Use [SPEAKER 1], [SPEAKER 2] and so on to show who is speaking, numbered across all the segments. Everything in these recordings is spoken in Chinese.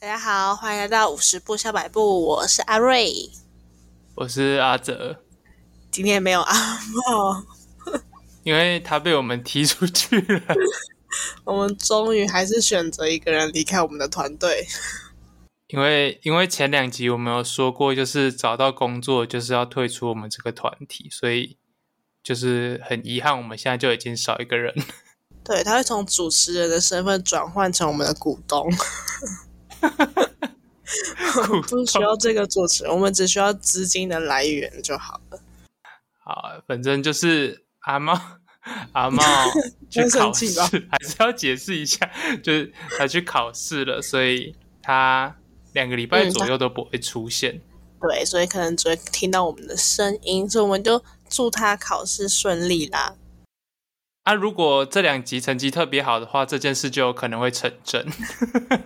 [SPEAKER 1] 大家好，欢迎来到五十步笑百步，我是阿瑞。
[SPEAKER 2] 我是阿哲，
[SPEAKER 1] 今天没有阿茂，
[SPEAKER 2] 因为他被我们踢出去了。
[SPEAKER 1] 我们终于还是选择一个人离开我们的团队。
[SPEAKER 2] 因为因为前两集我们有说过，就是找到工作就是要退出我们这个团体，所以就是很遗憾，我们现在就已经少一个人。
[SPEAKER 1] 对，他会从主持人的身份转换成我们的股东。
[SPEAKER 2] 股
[SPEAKER 1] 不需要这个主持人，我们只需要资金的来源就好了。
[SPEAKER 2] 好，反正就是阿 茂阿茂去
[SPEAKER 1] 要生
[SPEAKER 2] 考
[SPEAKER 1] 气
[SPEAKER 2] 试
[SPEAKER 1] 吧，
[SPEAKER 2] 还是要解释一下，就是他去考试了，所以他两个礼拜
[SPEAKER 1] 嗯
[SPEAKER 2] 左右都不会出现。
[SPEAKER 1] 对，所以可能只会听到我们的声音，所以我们就祝他考试顺利啦。
[SPEAKER 2] 啊，如果这两集成绩特别好的话，这件事就有可能会成真。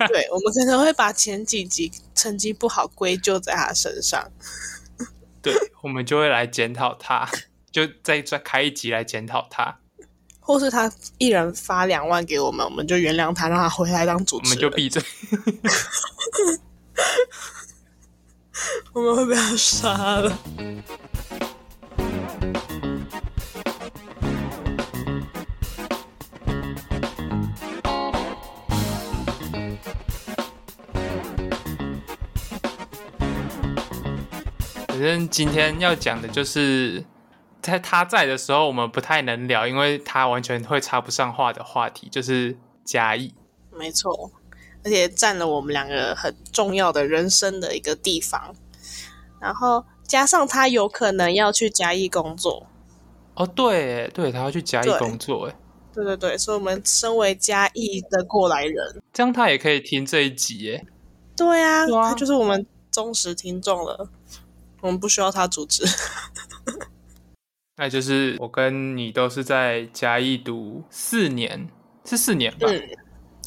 [SPEAKER 1] 对，我们可能会把前几集成绩不好归咎在他身上。
[SPEAKER 2] 对，我们就会来检讨他，就再再开一集来检讨他，
[SPEAKER 1] 或是他一人发两万给我们，我们就原谅他，让他回来当主
[SPEAKER 2] 我
[SPEAKER 1] 持
[SPEAKER 2] 们
[SPEAKER 1] 人。
[SPEAKER 2] 就闭嘴。
[SPEAKER 1] 我们会被他杀了。
[SPEAKER 2] 反正今天要讲的就是，在他在的时候，我们不太能聊，因为他完全会插不上话的话题，就是嘉义。
[SPEAKER 1] 没错，而且占了我们两个很重要的人生的一个地方。然后加上他有可能要去嘉义工作，
[SPEAKER 2] 哦，对耶，对，他要去嘉义
[SPEAKER 1] 对
[SPEAKER 2] 工作，哎，
[SPEAKER 1] 对对对，所以我们身为嘉义的过来人，
[SPEAKER 2] 这样他也可以听这一集欸耶。
[SPEAKER 1] 对啊，
[SPEAKER 2] 对啊
[SPEAKER 1] 他就是我们忠实听众了。我们不需要他组织，
[SPEAKER 2] 那就是我跟你都是在嘉义读四年，是四年吧？
[SPEAKER 1] 嗯，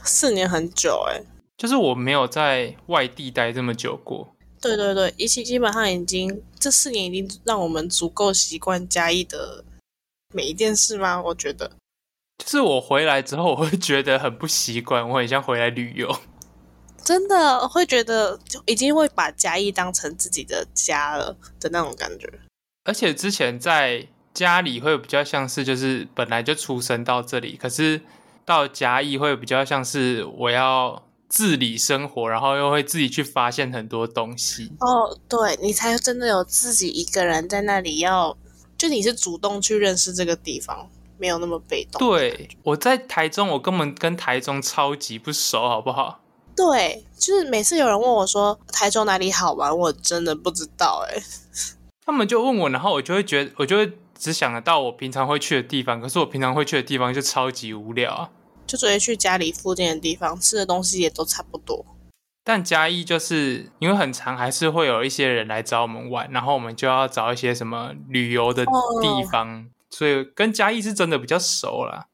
[SPEAKER 1] 四年很久哎、
[SPEAKER 2] 就是我没有在外地待这么久过。
[SPEAKER 1] 对对对，一期基本上已经这四年已经让我们足够习惯嘉义的每一件事吗？我觉得，
[SPEAKER 2] 就是我回来之后，我会觉得很不习惯，我很像回来旅游。
[SPEAKER 1] 真的会觉得就已经会把嘉义当成自己的家了的那种感觉。
[SPEAKER 2] 而且之前在家里会比较像是，就是本来就出生到这里，可是到嘉义会比较像是我要自理生活，然后又会自己去发现很多东西。
[SPEAKER 1] 哦，对你才真的有自己一个人在那里要，就你是主动去认识这个地方，没有那么被动。
[SPEAKER 2] 对，我在台中，我根本跟台中超级不熟，好不好？
[SPEAKER 1] 对，就是每次有人问我说台中哪里好玩，我真的不知道哎、
[SPEAKER 2] 他们就问我，然后我就会觉得，我就会只想得到我平常会去的地方，可是我平常会去的地方就超级无聊啊。
[SPEAKER 1] 就直接去家里附近的地方吃的东西也都差不多。
[SPEAKER 2] 但嘉义就是因为很长，还是会有一些人来找我们玩，然后我们就要找一些什么旅游的地方，所以跟嘉义是真的比较熟啦。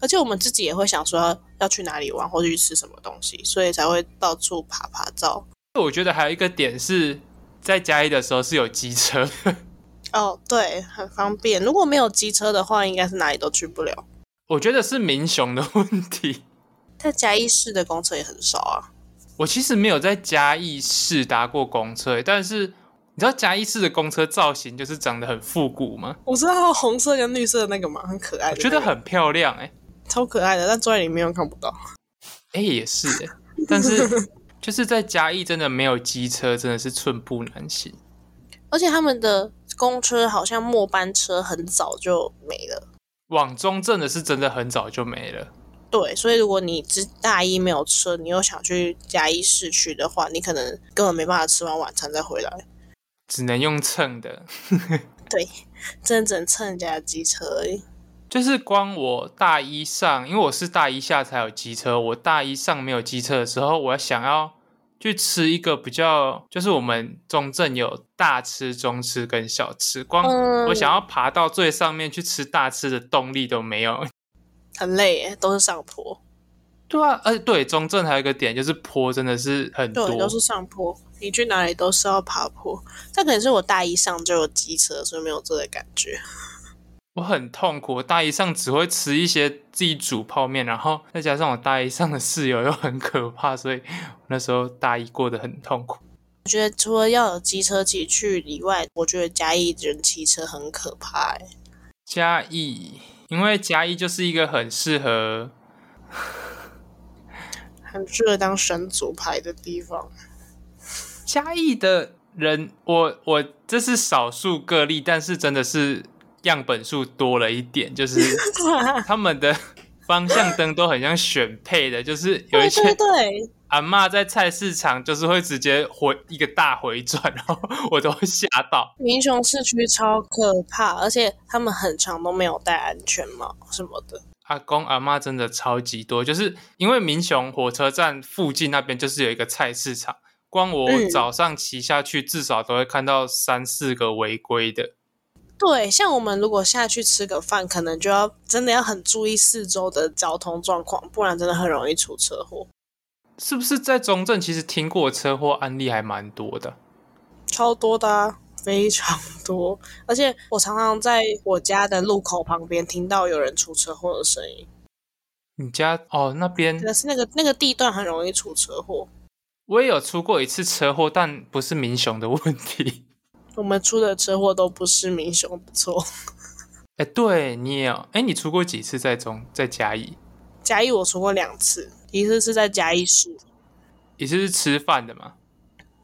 [SPEAKER 1] 而且我们自己也会想说要要去哪里玩或者去吃什么东西，所以才会到处爬爬照。
[SPEAKER 2] 我觉得还有一个点是在嘉义的时候是有机车，
[SPEAKER 1] 哦，对，很方便。如果没有机车的话，应该是哪里都去不了。
[SPEAKER 2] 我觉得是民雄的问题。
[SPEAKER 1] 在嘉义市的公车也很少啊。
[SPEAKER 2] 我其实没有在嘉义市搭过公车，欸但是你知道嘉义市的公车造型就是长得很复古吗？
[SPEAKER 1] 我知道红色跟绿色的那个嘛，很可爱的那
[SPEAKER 2] 我
[SPEAKER 1] 个、
[SPEAKER 2] 觉得很漂亮哎、
[SPEAKER 1] 超可爱的，但坐在里面又看不到。
[SPEAKER 2] 哎、也是、欸，但是就是在嘉义真的没有机车，真的是寸步难行。
[SPEAKER 1] 而且他们的公车好像末班车很早就没了。
[SPEAKER 2] 往中正的是真的很早就没了，
[SPEAKER 1] 对，所以如果你只大一没有车，你又想去嘉义市区的话，你可能根本没办法吃完晚餐再回来。
[SPEAKER 2] 只能用蹭的。
[SPEAKER 1] 对，真的只能蹭人家的机车而已。
[SPEAKER 2] 就是光我大一上，因为我是大一下才有机车，我大一上没有机车的时候，我想要去吃一个比较，就是我们中正有大吃、中吃跟小吃，光
[SPEAKER 1] 嗯
[SPEAKER 2] 我想要爬到最上面去吃大吃的动力都没有。
[SPEAKER 1] 很累耶，都是上坡，
[SPEAKER 2] 对啊，而且对中正还有一个点就是坡真的是很多，
[SPEAKER 1] 对，都是上坡。你去哪里都是要爬坡，但可能是我大一上就有机车，所以没有这个感觉。
[SPEAKER 2] 我很痛苦，我大一上只会吃一些自己煮泡面，然后再加上我大一上的室友又很可怕，所以那时候大一过得很痛苦。
[SPEAKER 1] 我觉得除了要有机车骑去以外，我觉得嘉义人骑车很可怕、欸。
[SPEAKER 2] 嘉义，因为嘉义就是一个很适合
[SPEAKER 1] 很适合当神主牌的地方。
[SPEAKER 2] 嘉义的人，我我这是少数个例，但是真的是样本数多了一点，就是 他们的方向灯都很像选配的，就是有一
[SPEAKER 1] 对
[SPEAKER 2] 些
[SPEAKER 1] 对对，
[SPEAKER 2] 阿嬷在菜市场就是会直接回一个大回转，然后我都会吓到。
[SPEAKER 1] 民雄市区超可怕，而且他们很长都没有戴安全帽什么的。
[SPEAKER 2] 阿公阿嬷真的超级多，就是因为民雄火车站附近那边就是有一个菜市场，光我
[SPEAKER 1] 嗯
[SPEAKER 2] 早上骑下去至少都会看到三四个违规的。
[SPEAKER 1] 对，像我们如果下去吃个饭，可能就要真的要很注意四周的交通状况，不然真的很容易出车祸，
[SPEAKER 2] 是不是在中正其实听过车祸案例还蛮多的？
[SPEAKER 1] 超多的、啊，非常多。而且我常常在我家的路口旁边听到有人出车祸的声音，
[SPEAKER 2] 你家哦那边
[SPEAKER 1] 可是那个那个地段很容易出车祸。
[SPEAKER 2] 我也有出过一次车祸，但不是民雄的问题。
[SPEAKER 1] 我们出的车祸都不是民雄的错。
[SPEAKER 2] 哎，对你也有哎，你出过几次在中在嘉义？
[SPEAKER 1] 嘉义我出过两次，一次是在嘉义市，
[SPEAKER 2] 也是吃饭的嘛？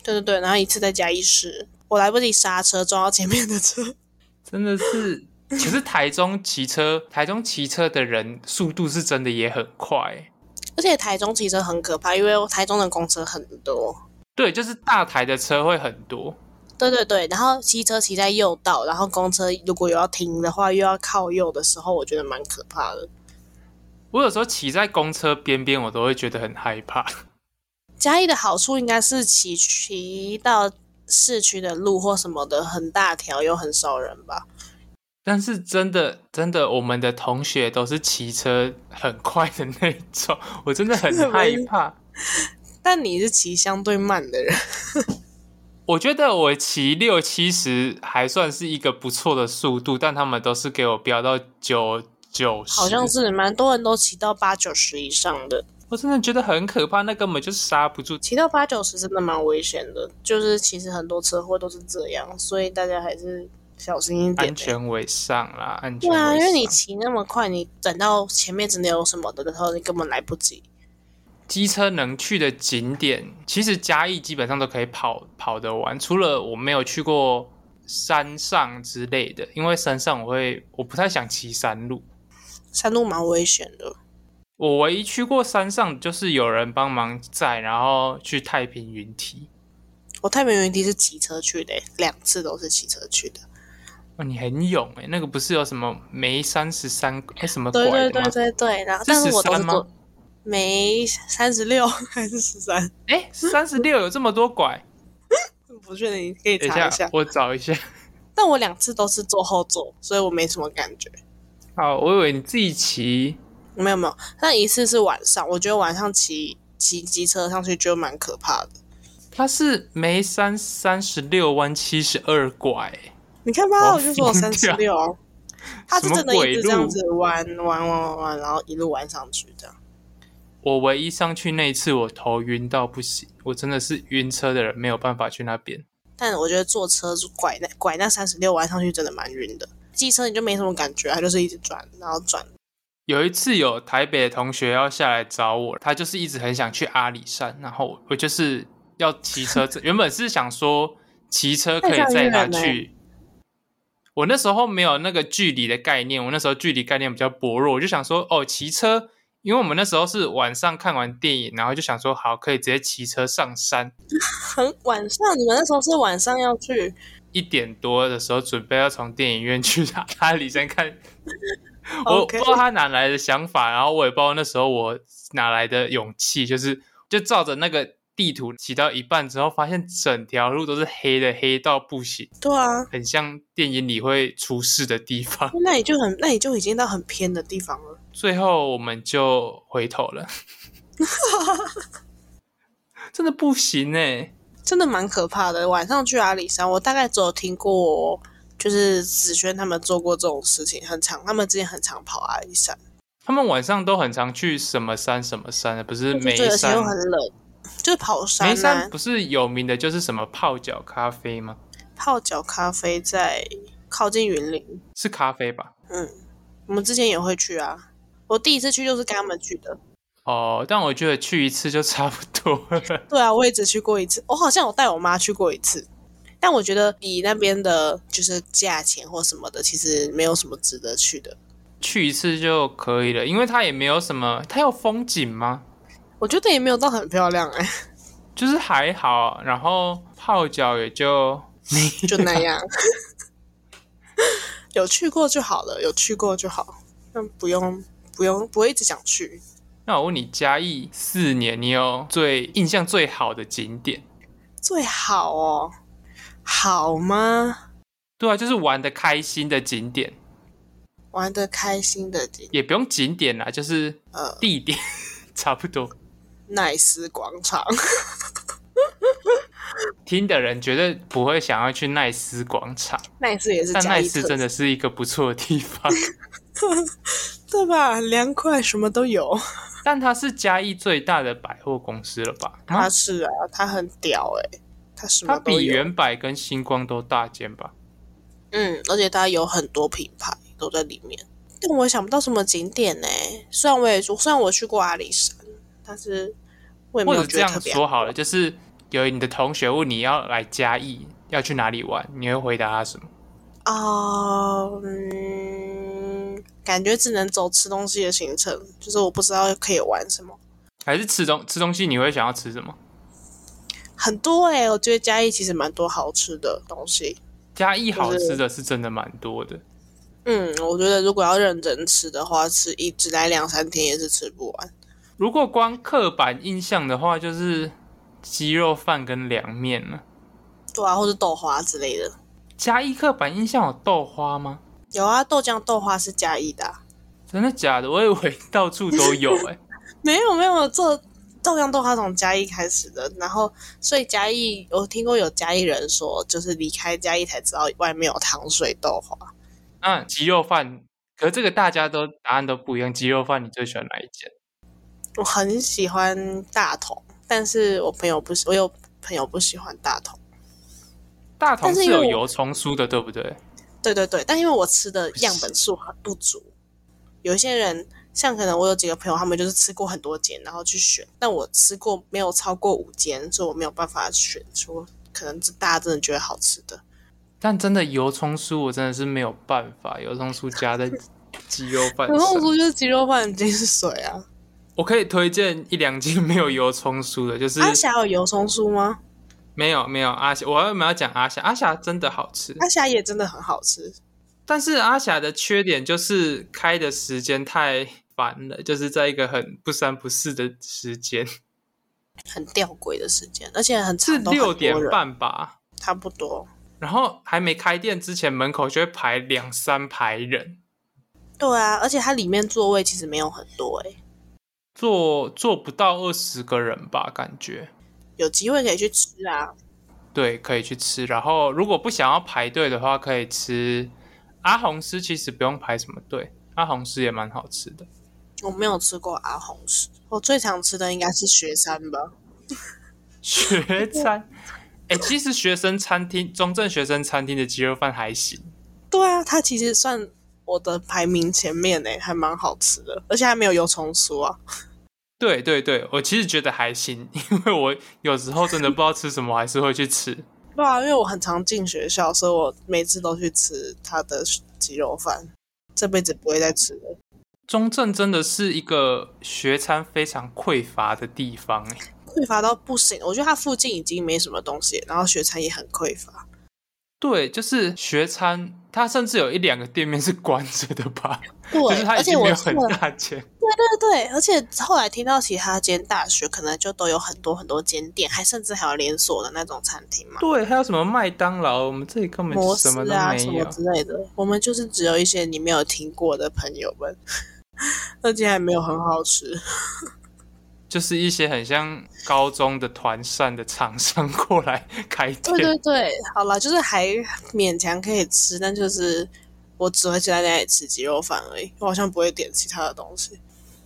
[SPEAKER 1] 对对对，然后一次在嘉义市，我来不及刹车撞到前面的车，
[SPEAKER 2] 真 的是，可是台中骑车，台中骑车的人速度是真的也很快。
[SPEAKER 1] 而且台中骑车很可怕，因为台中的公车很多。
[SPEAKER 2] 对，就是大台的车会很多。
[SPEAKER 1] 对对对，然后骑车骑在右道，然后公车如果有要停的话，又要靠右的时候，我觉得蛮可怕的。
[SPEAKER 2] 我有时候骑在公车边边，我都会觉得很害怕。
[SPEAKER 1] 嘉义的好处应该是骑骑到市区的路或什么的很大条，又很少人吧。
[SPEAKER 2] 但是真的真的，我们的同学都是骑车很快的那一种， 我真的很害怕。
[SPEAKER 1] 但你是骑相对慢的人，
[SPEAKER 2] 我觉得我骑六七十还算是一个不错的速度，但他们都是给我飙到九九十，
[SPEAKER 1] 好像是蛮多人都骑到八九十以上的。
[SPEAKER 2] 我真的觉得很可怕，那根本就是刹不住。
[SPEAKER 1] 骑到八九十真的蛮危险的，就是其实很多车祸都是这样，所以大家还是小心一点。
[SPEAKER 2] 安全为上啦，安全
[SPEAKER 1] 对
[SPEAKER 2] 为上。
[SPEAKER 1] 啊，因为你骑那么快，你等到前面真的有什么的时候，你根本来不及。
[SPEAKER 2] 机车能去的景点，其实嘉义基本上都可以跑跑得完，除了我没有去过山上之类的，因为山上我会我不太想骑山路。
[SPEAKER 1] 山路蛮危险的，
[SPEAKER 2] 我唯一去过山上就是有人帮忙载，然后去太平云梯。
[SPEAKER 1] 我太平云梯是骑车去的欸，两次都是骑车去的。
[SPEAKER 2] 哦，你很勇诶、那个不是有什么梅三十三哎什么拐
[SPEAKER 1] 对
[SPEAKER 2] 的吗？
[SPEAKER 1] 对对对对，然后但
[SPEAKER 2] 是
[SPEAKER 1] 是我都是
[SPEAKER 2] 13吗
[SPEAKER 1] 坐没三十六还是十三，
[SPEAKER 2] 哎，三十六有这么多拐？
[SPEAKER 1] 不确定，你可以
[SPEAKER 2] 等一
[SPEAKER 1] 查
[SPEAKER 2] 下，
[SPEAKER 1] 一下。
[SPEAKER 2] 我找一下。
[SPEAKER 1] 但我两次都是坐后座，所以我没什么感觉。
[SPEAKER 2] 好，我以为你自己骑。
[SPEAKER 1] 没有没有，那一次是晚上，我觉得晚上骑骑机车上去就蛮可怕的。
[SPEAKER 2] 它是梅山三十六弯七十二拐，
[SPEAKER 1] 你看
[SPEAKER 2] 我
[SPEAKER 1] 吧，
[SPEAKER 2] 要
[SPEAKER 1] 我就说我
[SPEAKER 2] 疯
[SPEAKER 1] 三十
[SPEAKER 2] 掉
[SPEAKER 1] 六，他是
[SPEAKER 2] 什么
[SPEAKER 1] 真的一
[SPEAKER 2] 鬼
[SPEAKER 1] 直这样
[SPEAKER 2] 路
[SPEAKER 1] 子弯弯弯弯弯，然后一路弯上去这样。
[SPEAKER 2] 我唯一上去那一次，我头晕到不行，我真的是晕车的人，没有办法去那边。
[SPEAKER 1] 但我觉得坐车拐那拐那三十六弯上去真的蛮晕的，机车你就没什么感觉啊，它就是一直转，然后转。
[SPEAKER 2] 有一次有台北的同学要下来找我，他就是一直很想去阿里山，然后我就是要骑车， 原本是想说骑车可以载他
[SPEAKER 1] 太像
[SPEAKER 2] 去。我那时候没有那个距离的概念，我那时候距离概念比较薄弱，我就想说哦，骑车，因为我们那时候是晚上看完电影，然后就想说好，可以直接骑车上山，
[SPEAKER 1] 很晚上，你们那时候是晚上要去，
[SPEAKER 2] 一点多的时候，准备要从电影院去阿阿里山看。 我
[SPEAKER 1] OK
[SPEAKER 2] 不知道他哪来的想法，然后我也不知道那时候我哪来的勇气，就是就照着那个地图骑到一半之后，发现整条路都是黑的，黑到不行，
[SPEAKER 1] 对啊，
[SPEAKER 2] 很像电影里会出事的地方。
[SPEAKER 1] 那你就很，那你就已经到很偏的地方了。
[SPEAKER 2] 最后我们就回头 了，真的不行哎、
[SPEAKER 1] 真的蛮可怕的。晚上去阿里山，我大概只有听过就是子轩他们做过这种事情，很常，他们之前很常跑阿里山，
[SPEAKER 2] 他们晚上都很常去什么山什么山啊的，不是
[SPEAKER 1] 对
[SPEAKER 2] 梅
[SPEAKER 1] 而且又
[SPEAKER 2] 山
[SPEAKER 1] 很。啊冷，就是跑
[SPEAKER 2] 梅
[SPEAKER 1] 山啊
[SPEAKER 2] 山，不是有名的就是什么泡脚咖啡吗？
[SPEAKER 1] 泡脚咖啡在靠近云林，
[SPEAKER 2] 是咖啡吧？
[SPEAKER 1] 我们之前也会去啊。我第一次去就是跟他们去的，
[SPEAKER 2] 哦，但我觉得去一次就差不多了。
[SPEAKER 1] 对啊，我也只去过一次，我好像有带我妈去过一次，但我觉得比那边的就是价钱或什么的，其实没有什么值得去的。
[SPEAKER 2] 去一次就可以了，因为它也没有什么，它有风景吗？
[SPEAKER 1] 我觉得也没有到很漂亮哎、
[SPEAKER 2] 就是还好，然后泡脚也就
[SPEAKER 1] 就那样。 有去过就好了，有去过就好，那不用不用不会一直想去。
[SPEAKER 2] 那我问你，嘉义四年，你有最印象最好的景点？
[SPEAKER 1] 最好哦，好吗？
[SPEAKER 2] 对啊，就是玩的开心的景点，
[SPEAKER 1] 玩的开心的景，
[SPEAKER 2] 也不用景点啦，就是
[SPEAKER 1] 呃，
[SPEAKER 2] 地点 差不多。
[SPEAKER 1] 奈斯广场，
[SPEAKER 2] 听的人绝对不会想要去奈斯广场，
[SPEAKER 1] 奈斯也是
[SPEAKER 2] 但
[SPEAKER 1] 嘉
[SPEAKER 2] 奈
[SPEAKER 1] 义
[SPEAKER 2] 斯
[SPEAKER 1] 特
[SPEAKER 2] 真的是一个不错的 地方，
[SPEAKER 1] 对吧？很凉快，什么都有。
[SPEAKER 2] 啊但它是嘉义最大的百货公司了吧？
[SPEAKER 1] 它是啊，它很屌哎、它什
[SPEAKER 2] 它
[SPEAKER 1] 么都
[SPEAKER 2] 比
[SPEAKER 1] 有。
[SPEAKER 2] 原百跟星光都大间吧？
[SPEAKER 1] 嗯，而且它有很多品牌都在里面。但我想不到什么景点呢、虽然我也说，虽然我去过阿里山，但是我也没
[SPEAKER 2] 或
[SPEAKER 1] 有
[SPEAKER 2] 者
[SPEAKER 1] 觉
[SPEAKER 2] 这
[SPEAKER 1] 得
[SPEAKER 2] 样
[SPEAKER 1] 特别好。
[SPEAKER 2] 说好了，就是有你的同学问你要来嘉义，要去哪里玩，你会回答他什么？
[SPEAKER 1] 啊、嗯，感觉只能走吃东西的行程，就是我不知道可以玩什么，
[SPEAKER 2] 还是吃东吃东西，你会想要吃什么？
[SPEAKER 1] 很多哎、我觉得嘉义其实蛮多好吃的东西。
[SPEAKER 2] 嘉义好吃的是真的蛮多的，
[SPEAKER 1] 嗯，我觉得如果要认真吃的话，吃一只来两三天也是吃不完。
[SPEAKER 2] 如果光刻板印象的话，就是鸡肉饭跟凉面了。
[SPEAKER 1] 对啊，或是豆花之类的。
[SPEAKER 2] 嘉义刻板印象有豆花吗？
[SPEAKER 1] 有啊，豆浆豆花是嘉义的啊、
[SPEAKER 2] 真的假的？我以为到处都有 哎、
[SPEAKER 1] 没有没有，这豆浆豆花从嘉义开始的，然后所以嘉义我听过有嘉义人说，就是离开嘉义才知道外面有糖水豆花。
[SPEAKER 2] 那啊鸡肉饭，可是这个大家都答案都不一样。鸡肉饭你最喜欢哪一间？
[SPEAKER 1] 我很喜欢大同，但是我朋友不喜，我有朋友不喜欢大同。
[SPEAKER 2] 大同
[SPEAKER 1] 但是
[SPEAKER 2] 是
[SPEAKER 1] 因为
[SPEAKER 2] 有
[SPEAKER 1] 我
[SPEAKER 2] 油葱酥的，对不对？
[SPEAKER 1] 对对对，但因为我吃的样本数很不足，有一些人像可能我有几个朋友，他们就是吃过很多间，然后去选，但我吃过没有超过五间，所以我没有办法选出可能大家真的觉得好吃的。
[SPEAKER 2] 但真的油葱酥，我真的是没有办法。油葱酥加 在鸡肉饭
[SPEAKER 1] 然后我
[SPEAKER 2] 上，
[SPEAKER 1] 说就是鸡肉饭金是水 啊，
[SPEAKER 2] 我可以推荐一两间没有油葱酥的，就是
[SPEAKER 1] 阿霞有油葱酥吗？
[SPEAKER 2] 没有没有阿霞，我要没有讲阿霞，阿霞真的好吃，
[SPEAKER 1] 阿霞也真的很好吃，
[SPEAKER 2] 但是阿霞的缺点就是开的时间太烦了，就是在一个很不三不四的 时间，
[SPEAKER 1] 很吊诡的时间，而且很
[SPEAKER 2] 是
[SPEAKER 1] 啊长，都很多
[SPEAKER 2] 六点
[SPEAKER 1] 人，
[SPEAKER 2] 半吧，
[SPEAKER 1] 差不多。
[SPEAKER 2] 然后还没开店之前，门口就会排两三排人，
[SPEAKER 1] 对啊，而且它里面座位其实没有很多欸诶、
[SPEAKER 2] 坐坐不到二十个人吧，感觉。
[SPEAKER 1] 有机会可以去吃啊。
[SPEAKER 2] 对，可以去吃。然后如果不想要排队的话，可以吃阿红师，其实不用排什么队，阿红师也蛮好吃的。
[SPEAKER 1] 我没有吃过阿红食，我最常吃的应该是雪山吧。
[SPEAKER 2] 学餐，哎、其实学生餐厅中正学生餐厅的鸡肉饭还行，
[SPEAKER 1] 对啊，它其实算我的排名前面诶、还蛮好吃的，而且还没有油葱酥啊。
[SPEAKER 2] 对对对，我其实觉得还行， 因为我有时候真的不知道吃什么，还是会去吃。
[SPEAKER 1] 对啊，因为我很常进学校，所以我每次都去吃它的鸡肉饭，这辈子不会再吃了。
[SPEAKER 2] 中正真的是一个学餐非常匮乏的地方、哎，
[SPEAKER 1] 匮乏到不行，我觉得它附近已经没什么东西，然后雪餐也很匮乏。
[SPEAKER 2] 对，就是学餐，它甚至有一两个店面是关着的吧，
[SPEAKER 1] 对，
[SPEAKER 2] 就是它
[SPEAKER 1] 而
[SPEAKER 2] 已
[SPEAKER 1] 且
[SPEAKER 2] 经没
[SPEAKER 1] 我
[SPEAKER 2] 有
[SPEAKER 1] 吃
[SPEAKER 2] 很
[SPEAKER 1] 了
[SPEAKER 2] 大间。
[SPEAKER 1] 对对，而且后来听到其他间大学可能就都有很多很多间店，还甚至还有连锁的那种餐厅嘛，
[SPEAKER 2] 对，还有什么麦当劳？我们这里 根本
[SPEAKER 1] 摩
[SPEAKER 2] 什
[SPEAKER 1] 斯
[SPEAKER 2] 么都
[SPEAKER 1] 啊
[SPEAKER 2] 没
[SPEAKER 1] 什么
[SPEAKER 2] 有。
[SPEAKER 1] 之类的。我们就是只有一些你没 有听过的朋友们，而且还没有很好吃。
[SPEAKER 2] 就是一些很像高中的团扇的厂商过来开店，
[SPEAKER 1] 对对对， 好了，就是还勉强可以吃，但就是我只会在那里吃鸡肉饭而已，我好像不会点其他的东西。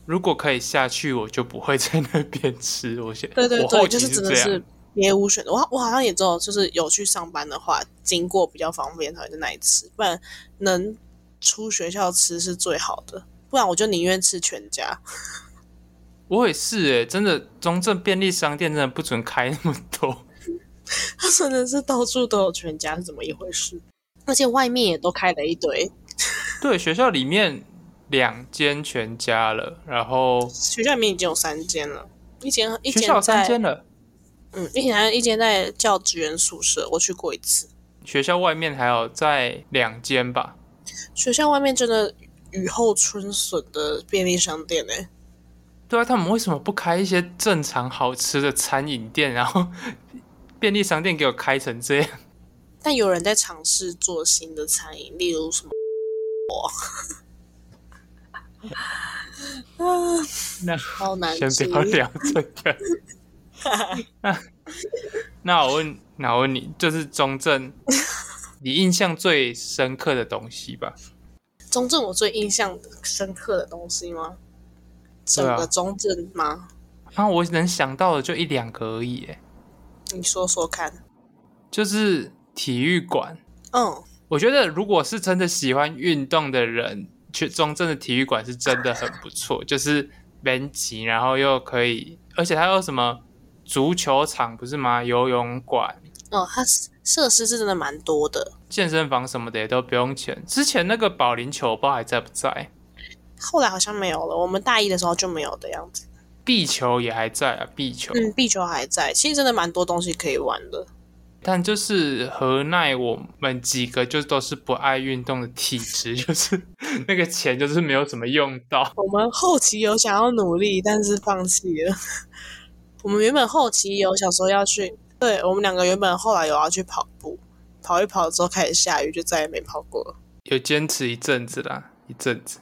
[SPEAKER 2] 如果可以下去，我就不会在那边吃。我先
[SPEAKER 1] 对对
[SPEAKER 2] 我
[SPEAKER 1] 对，
[SPEAKER 2] 后
[SPEAKER 1] 就
[SPEAKER 2] 期
[SPEAKER 1] 是真
[SPEAKER 2] 这
[SPEAKER 1] 的
[SPEAKER 2] 样
[SPEAKER 1] 是。别无选择。我我好像也只有就是有去上班的话，经过比较方便才会在那里吃，不然能出学校吃是最好的。不然我就宁愿吃全家。
[SPEAKER 2] 我也是诶、真的中正便利商店真的不准开那么多。
[SPEAKER 1] 他真的是到处都有全家是怎么一回事？而且外面也都开了一堆，
[SPEAKER 2] 对，学校里面两间全家了，然后
[SPEAKER 1] 学校里面已经有三间了，一间一
[SPEAKER 2] 学
[SPEAKER 1] 间
[SPEAKER 2] 校有三
[SPEAKER 1] 在
[SPEAKER 2] 间了，
[SPEAKER 1] 嗯，一间一间在教职员宿舍，我去过一次。
[SPEAKER 2] 学校外面还有在两间吧。
[SPEAKER 1] 学校外面真的雨后春笋的便利商店欸呢、
[SPEAKER 2] 对啊，他们为什么不开一些正常好吃的餐饮店，然后 便利商店给我开成这样？
[SPEAKER 1] 但有人在尝试做新的餐饮，例如什么啊，
[SPEAKER 2] 那
[SPEAKER 1] 好难吃
[SPEAKER 2] 先不要聊这个。那我问，那我问你，就是中正，你印象最深刻的东西吧？
[SPEAKER 1] 中正我最印象深刻的东西吗？整
[SPEAKER 2] 对啊
[SPEAKER 1] 个中正吗？
[SPEAKER 2] 啊，我能想到的就一两个而已耶，
[SPEAKER 1] 你说说看。
[SPEAKER 2] 就是体育馆。
[SPEAKER 1] 嗯，
[SPEAKER 2] 我觉得如果是真的喜欢运动的人，去中正的体育馆是真的很不错，就是边级，然后又可以，而且还有什么足球场不是吗？游泳馆、
[SPEAKER 1] 哦，它设施是真的蛮多的，
[SPEAKER 2] 健身房什么的也都不用钱。之前那个保龄球我不知道还在不在，
[SPEAKER 1] 后来好像没有了。我们大一的时候就没有的样子。
[SPEAKER 2] 壁球也还在啊，壁球。
[SPEAKER 1] 嗯，壁球还在，其实真的蛮多东西可以玩的。
[SPEAKER 2] 但就是何奈我们几个就都是不爱运动的体质， 就是那个钱就是没有怎么用到。
[SPEAKER 1] 我们后期有想要努力，但是放弃了。我们原本后期有想说要去，对我们两个原本后来有要去跑步，跑一跑之后开始下雨，就再也没跑过了。
[SPEAKER 2] 有坚持一阵子啦，一阵子。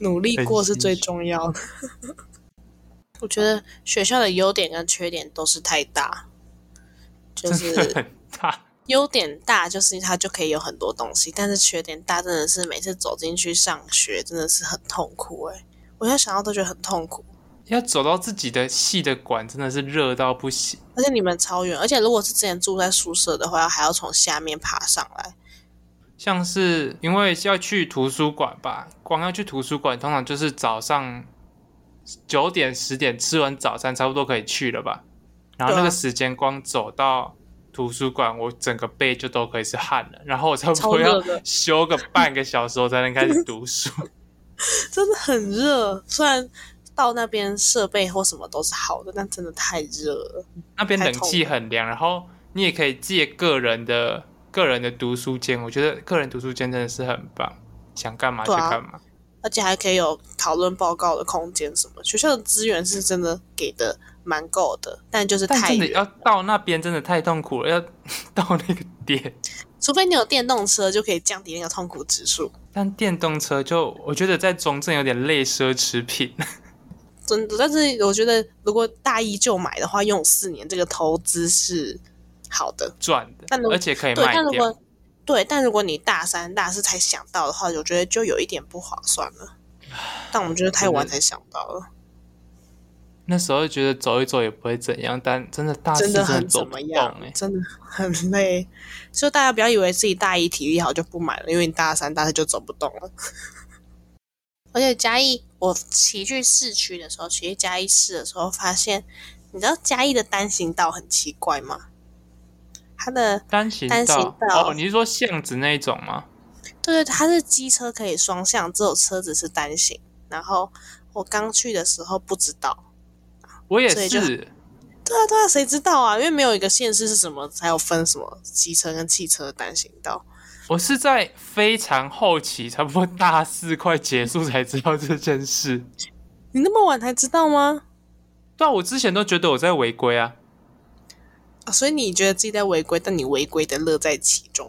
[SPEAKER 1] 努力过是最重要的。 我觉得学校的优点跟缺点都是太大，就是
[SPEAKER 2] 很大。
[SPEAKER 1] 优点大就是它就可以有很多东西，但是缺点大真的是每次走进去上学真的是很痛苦诶、我现在想到都觉得很痛苦。
[SPEAKER 2] 要走到自己的系的馆，真的是热到不行。
[SPEAKER 1] 而且你们超远，而且如果是之前住在宿舍的话，还要从下面爬上来。
[SPEAKER 2] 像是因为要去图书馆吧，光要去图书馆，通常就是早上九点十点吃完早餐，差不多可以去了吧。然后那
[SPEAKER 1] 对
[SPEAKER 2] 个
[SPEAKER 1] 啊
[SPEAKER 2] 时间光走到图书馆，我整个背就都可以是汗了。然后我差不
[SPEAKER 1] 超
[SPEAKER 2] 多要
[SPEAKER 1] 热的
[SPEAKER 2] 休个半个小时，我才能开始 读书。
[SPEAKER 1] 真的很热。虽然到那边设备或什么都是好的，但真的太热了。
[SPEAKER 2] 那边冷气很凉，然后你也可以借个人的个人的读书间，我觉得个人读书间真的是很棒，想干嘛就
[SPEAKER 1] 对啊
[SPEAKER 2] 干嘛。
[SPEAKER 1] 而且还可以有讨论报告的空间，什么学校的资源是真的给的蛮够的，但就是
[SPEAKER 2] 但
[SPEAKER 1] 太
[SPEAKER 2] 真的
[SPEAKER 1] 远，
[SPEAKER 2] 要到那边真的太痛苦了，要 到那个点。
[SPEAKER 1] 除非你有电动车，就可以降低那个痛苦指数。
[SPEAKER 2] 但电动车就我觉得在中正有点类奢侈品，
[SPEAKER 1] 真的，但是我觉得如果大一就买的话，用四年这个投资是好的。
[SPEAKER 2] 赚的
[SPEAKER 1] 但如，
[SPEAKER 2] 而且可以
[SPEAKER 1] 对，
[SPEAKER 2] 卖
[SPEAKER 1] 但如
[SPEAKER 2] 掉。
[SPEAKER 1] 果对，但如果你大三、大四才想到的话，我觉得就有一点不划算了。但我们就是太晚才想到了，
[SPEAKER 2] 那时候觉得走一走也不会怎样，但真的大四
[SPEAKER 1] 真的很
[SPEAKER 2] 走
[SPEAKER 1] 怎
[SPEAKER 2] 不
[SPEAKER 1] 么
[SPEAKER 2] 动
[SPEAKER 1] 样
[SPEAKER 2] 哎、，
[SPEAKER 1] 真的很累。所以大家不要以为自己大一体力好就不买了，因为你大三、大四就走不动了。而且嘉义，我骑去市区的时候，骑去嘉义市的时候，发现你知道嘉义的单行道很奇怪吗？它的
[SPEAKER 2] 单行
[SPEAKER 1] 单行道
[SPEAKER 2] 哦，你是说巷子那一种吗？
[SPEAKER 1] 对对，它是机车可以双向，只有车子是单行。然后我刚去的时候不知道，
[SPEAKER 2] 我也，
[SPEAKER 1] 所以就是对啊对啊，谁知道啊？因为没有一个县市是什么才有分什么机车跟汽车的单行道。
[SPEAKER 2] 我是在非常后期，差不多大四快结束才知道这件事。
[SPEAKER 1] 你那么晚才知道吗？
[SPEAKER 2] 对啊，我之前都觉得我在违规啊，
[SPEAKER 1] 啊所以你觉得自己在违规，但你违规的乐在其中。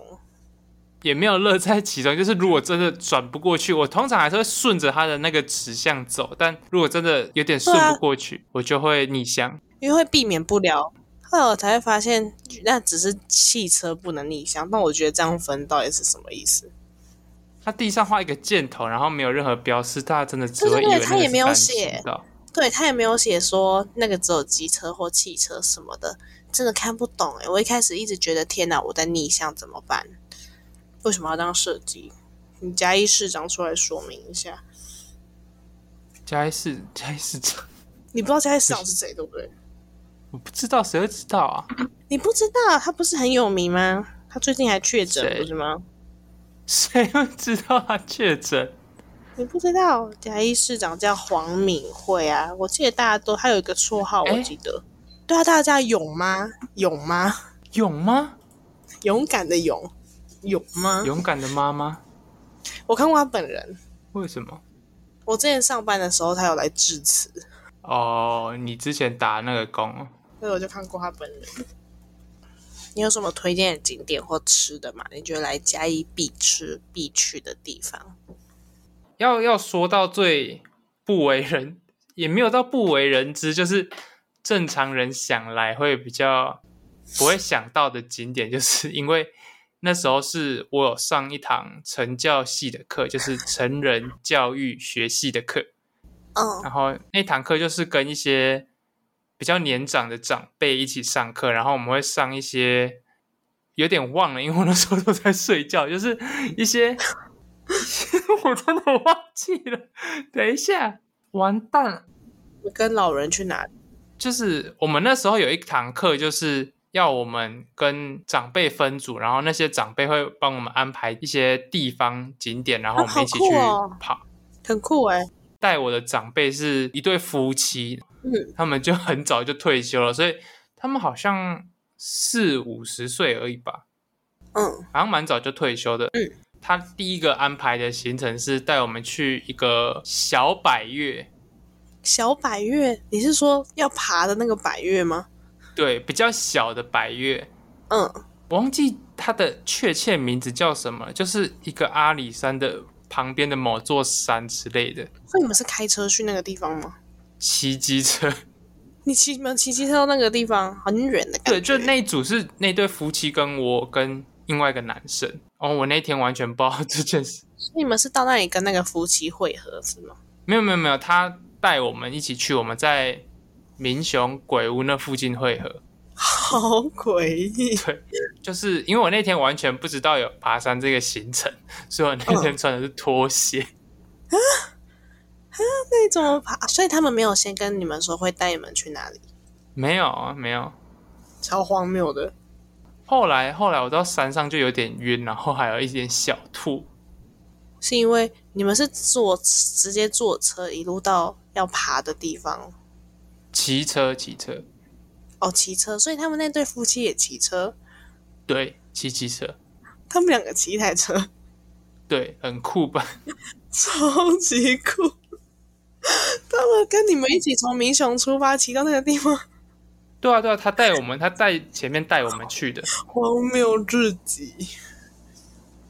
[SPEAKER 2] 也没有乐在其中。就是如果真的转不过去，我通常还是会顺着它的那个指向走，但如果真的有点顺
[SPEAKER 1] 对啊
[SPEAKER 2] 不过去，我就会逆向。
[SPEAKER 1] 因为会避免不了。后来我才会发现，那只是汽车不能逆向。那我觉得这样分到底是什么意思？
[SPEAKER 2] 它地上画一个箭头，然后没有任何标示，大家真的只
[SPEAKER 1] 对
[SPEAKER 2] 会
[SPEAKER 1] 对
[SPEAKER 2] 以为
[SPEAKER 1] 对
[SPEAKER 2] 那
[SPEAKER 1] 它
[SPEAKER 2] 个
[SPEAKER 1] 也
[SPEAKER 2] 是
[SPEAKER 1] 没有
[SPEAKER 2] 单
[SPEAKER 1] 写
[SPEAKER 2] 行道。
[SPEAKER 1] 对他也没有写说那个只有机车或汽车什么的，真的看不懂哎、我一开始一直觉得天哪，我在逆向怎么办？为什么要当设计？你嘉义市长出来说明一下。
[SPEAKER 2] 嘉义市，嘉义市长，
[SPEAKER 1] 你不知道嘉义市长是谁对不对？
[SPEAKER 2] 我不知道谁会知道啊？
[SPEAKER 1] 你不知道他不是很有名吗？他最近还确诊
[SPEAKER 2] 谁
[SPEAKER 1] 不是吗？
[SPEAKER 2] 谁会知道他确诊？
[SPEAKER 1] 你不知道嘉义市长叫黄敏惠啊？我记得大家都他有一个绰号，
[SPEAKER 2] 哎
[SPEAKER 1] 我记得。对啊，大家叫勇吗？勇吗？
[SPEAKER 2] 勇吗？
[SPEAKER 1] 勇敢的勇，勇吗？
[SPEAKER 2] 勇敢的妈妈？
[SPEAKER 1] 我看过他本人。
[SPEAKER 2] 为什么？
[SPEAKER 1] 我之前上班的时候，他有来致辞，
[SPEAKER 2] 哦，你之前打那个工哦，
[SPEAKER 1] 所以我就看过他本人。你有什么推荐的景点或吃的吗？你觉得来嘉义必吃必去的地方？
[SPEAKER 2] 要要说到最不为人，也没有到不为人知，就是正常人想来会比较不会想到的景点，就是 因为那时候是我有上一堂成教系的课，就是成人教育学系的课，
[SPEAKER 1] 嗯，
[SPEAKER 2] 然后那堂课就是跟一些比较年长的长辈一起上课，然后我们会上一些有点忘了，因为我那时候都在睡觉，就是一些 我真的忘记了。等一下，完蛋了，
[SPEAKER 1] 你跟老人去哪里？
[SPEAKER 2] 就是我们那时候有一堂课，就是要我们跟长辈分组，然后那些长辈会帮我们安排一些地方景点，然后我
[SPEAKER 1] 啊
[SPEAKER 2] 们
[SPEAKER 1] 好
[SPEAKER 2] 一起
[SPEAKER 1] 酷
[SPEAKER 2] 去
[SPEAKER 1] 哦
[SPEAKER 2] 跑。
[SPEAKER 1] 很酷哎、
[SPEAKER 2] 带我的长辈是一对夫妻，
[SPEAKER 1] 嗯，
[SPEAKER 2] 他们就很早就退休了，所以他们好像四五十岁而已吧，
[SPEAKER 1] 嗯，
[SPEAKER 2] 好像蛮早就退休的。
[SPEAKER 1] 嗯，
[SPEAKER 2] 他第一个安排的行程是带我们去一个小百越，
[SPEAKER 1] 小百越，你是说要爬的那个百越吗？
[SPEAKER 2] 对，比较小的百越，
[SPEAKER 1] 嗯，
[SPEAKER 2] 我忘记它的确切名字叫什么，就是一个阿里山的旁边的某座山之类的，
[SPEAKER 1] 所以你们是开车去那个地方吗？
[SPEAKER 2] 骑机车。
[SPEAKER 1] 你骑你们骑机车到那个地方很远的感
[SPEAKER 2] 对，
[SPEAKER 1] 觉，
[SPEAKER 2] 就那一组是那对夫妻跟我跟另外一个男生。哦，我那天完全不知道这件事，
[SPEAKER 1] 你们是到那里跟那个夫妻会合是吗？
[SPEAKER 2] 没有没有没有，他带我们一起去，我们在民雄鬼屋那附近汇合。
[SPEAKER 1] 好诡异，
[SPEAKER 2] 就是因为我那天完全不知道有爬山这个行程，所以我那天穿的是拖鞋。
[SPEAKER 1] 那你怎么爬？所以他们没有先跟你们说会带你们去哪里。
[SPEAKER 2] 没有啊，没有。
[SPEAKER 1] 超荒谬的。
[SPEAKER 2] 后来后来我到山上就有点晕，然后还有一点小吐。
[SPEAKER 1] 是因为你们是坐直接坐车一路到要爬的地方
[SPEAKER 2] 骑车骑车，
[SPEAKER 1] 哦，骑车，所以他们那对夫妻也骑车，
[SPEAKER 2] 对，骑骑车，
[SPEAKER 1] 他们两个骑一台车，
[SPEAKER 2] 对，很酷吧？
[SPEAKER 1] 超级酷。 他们跟你们一起从民雄出发，骑到那个地方，
[SPEAKER 2] 对啊对啊，他带我们，他带前面带我们去的。
[SPEAKER 1] 荒谬至极。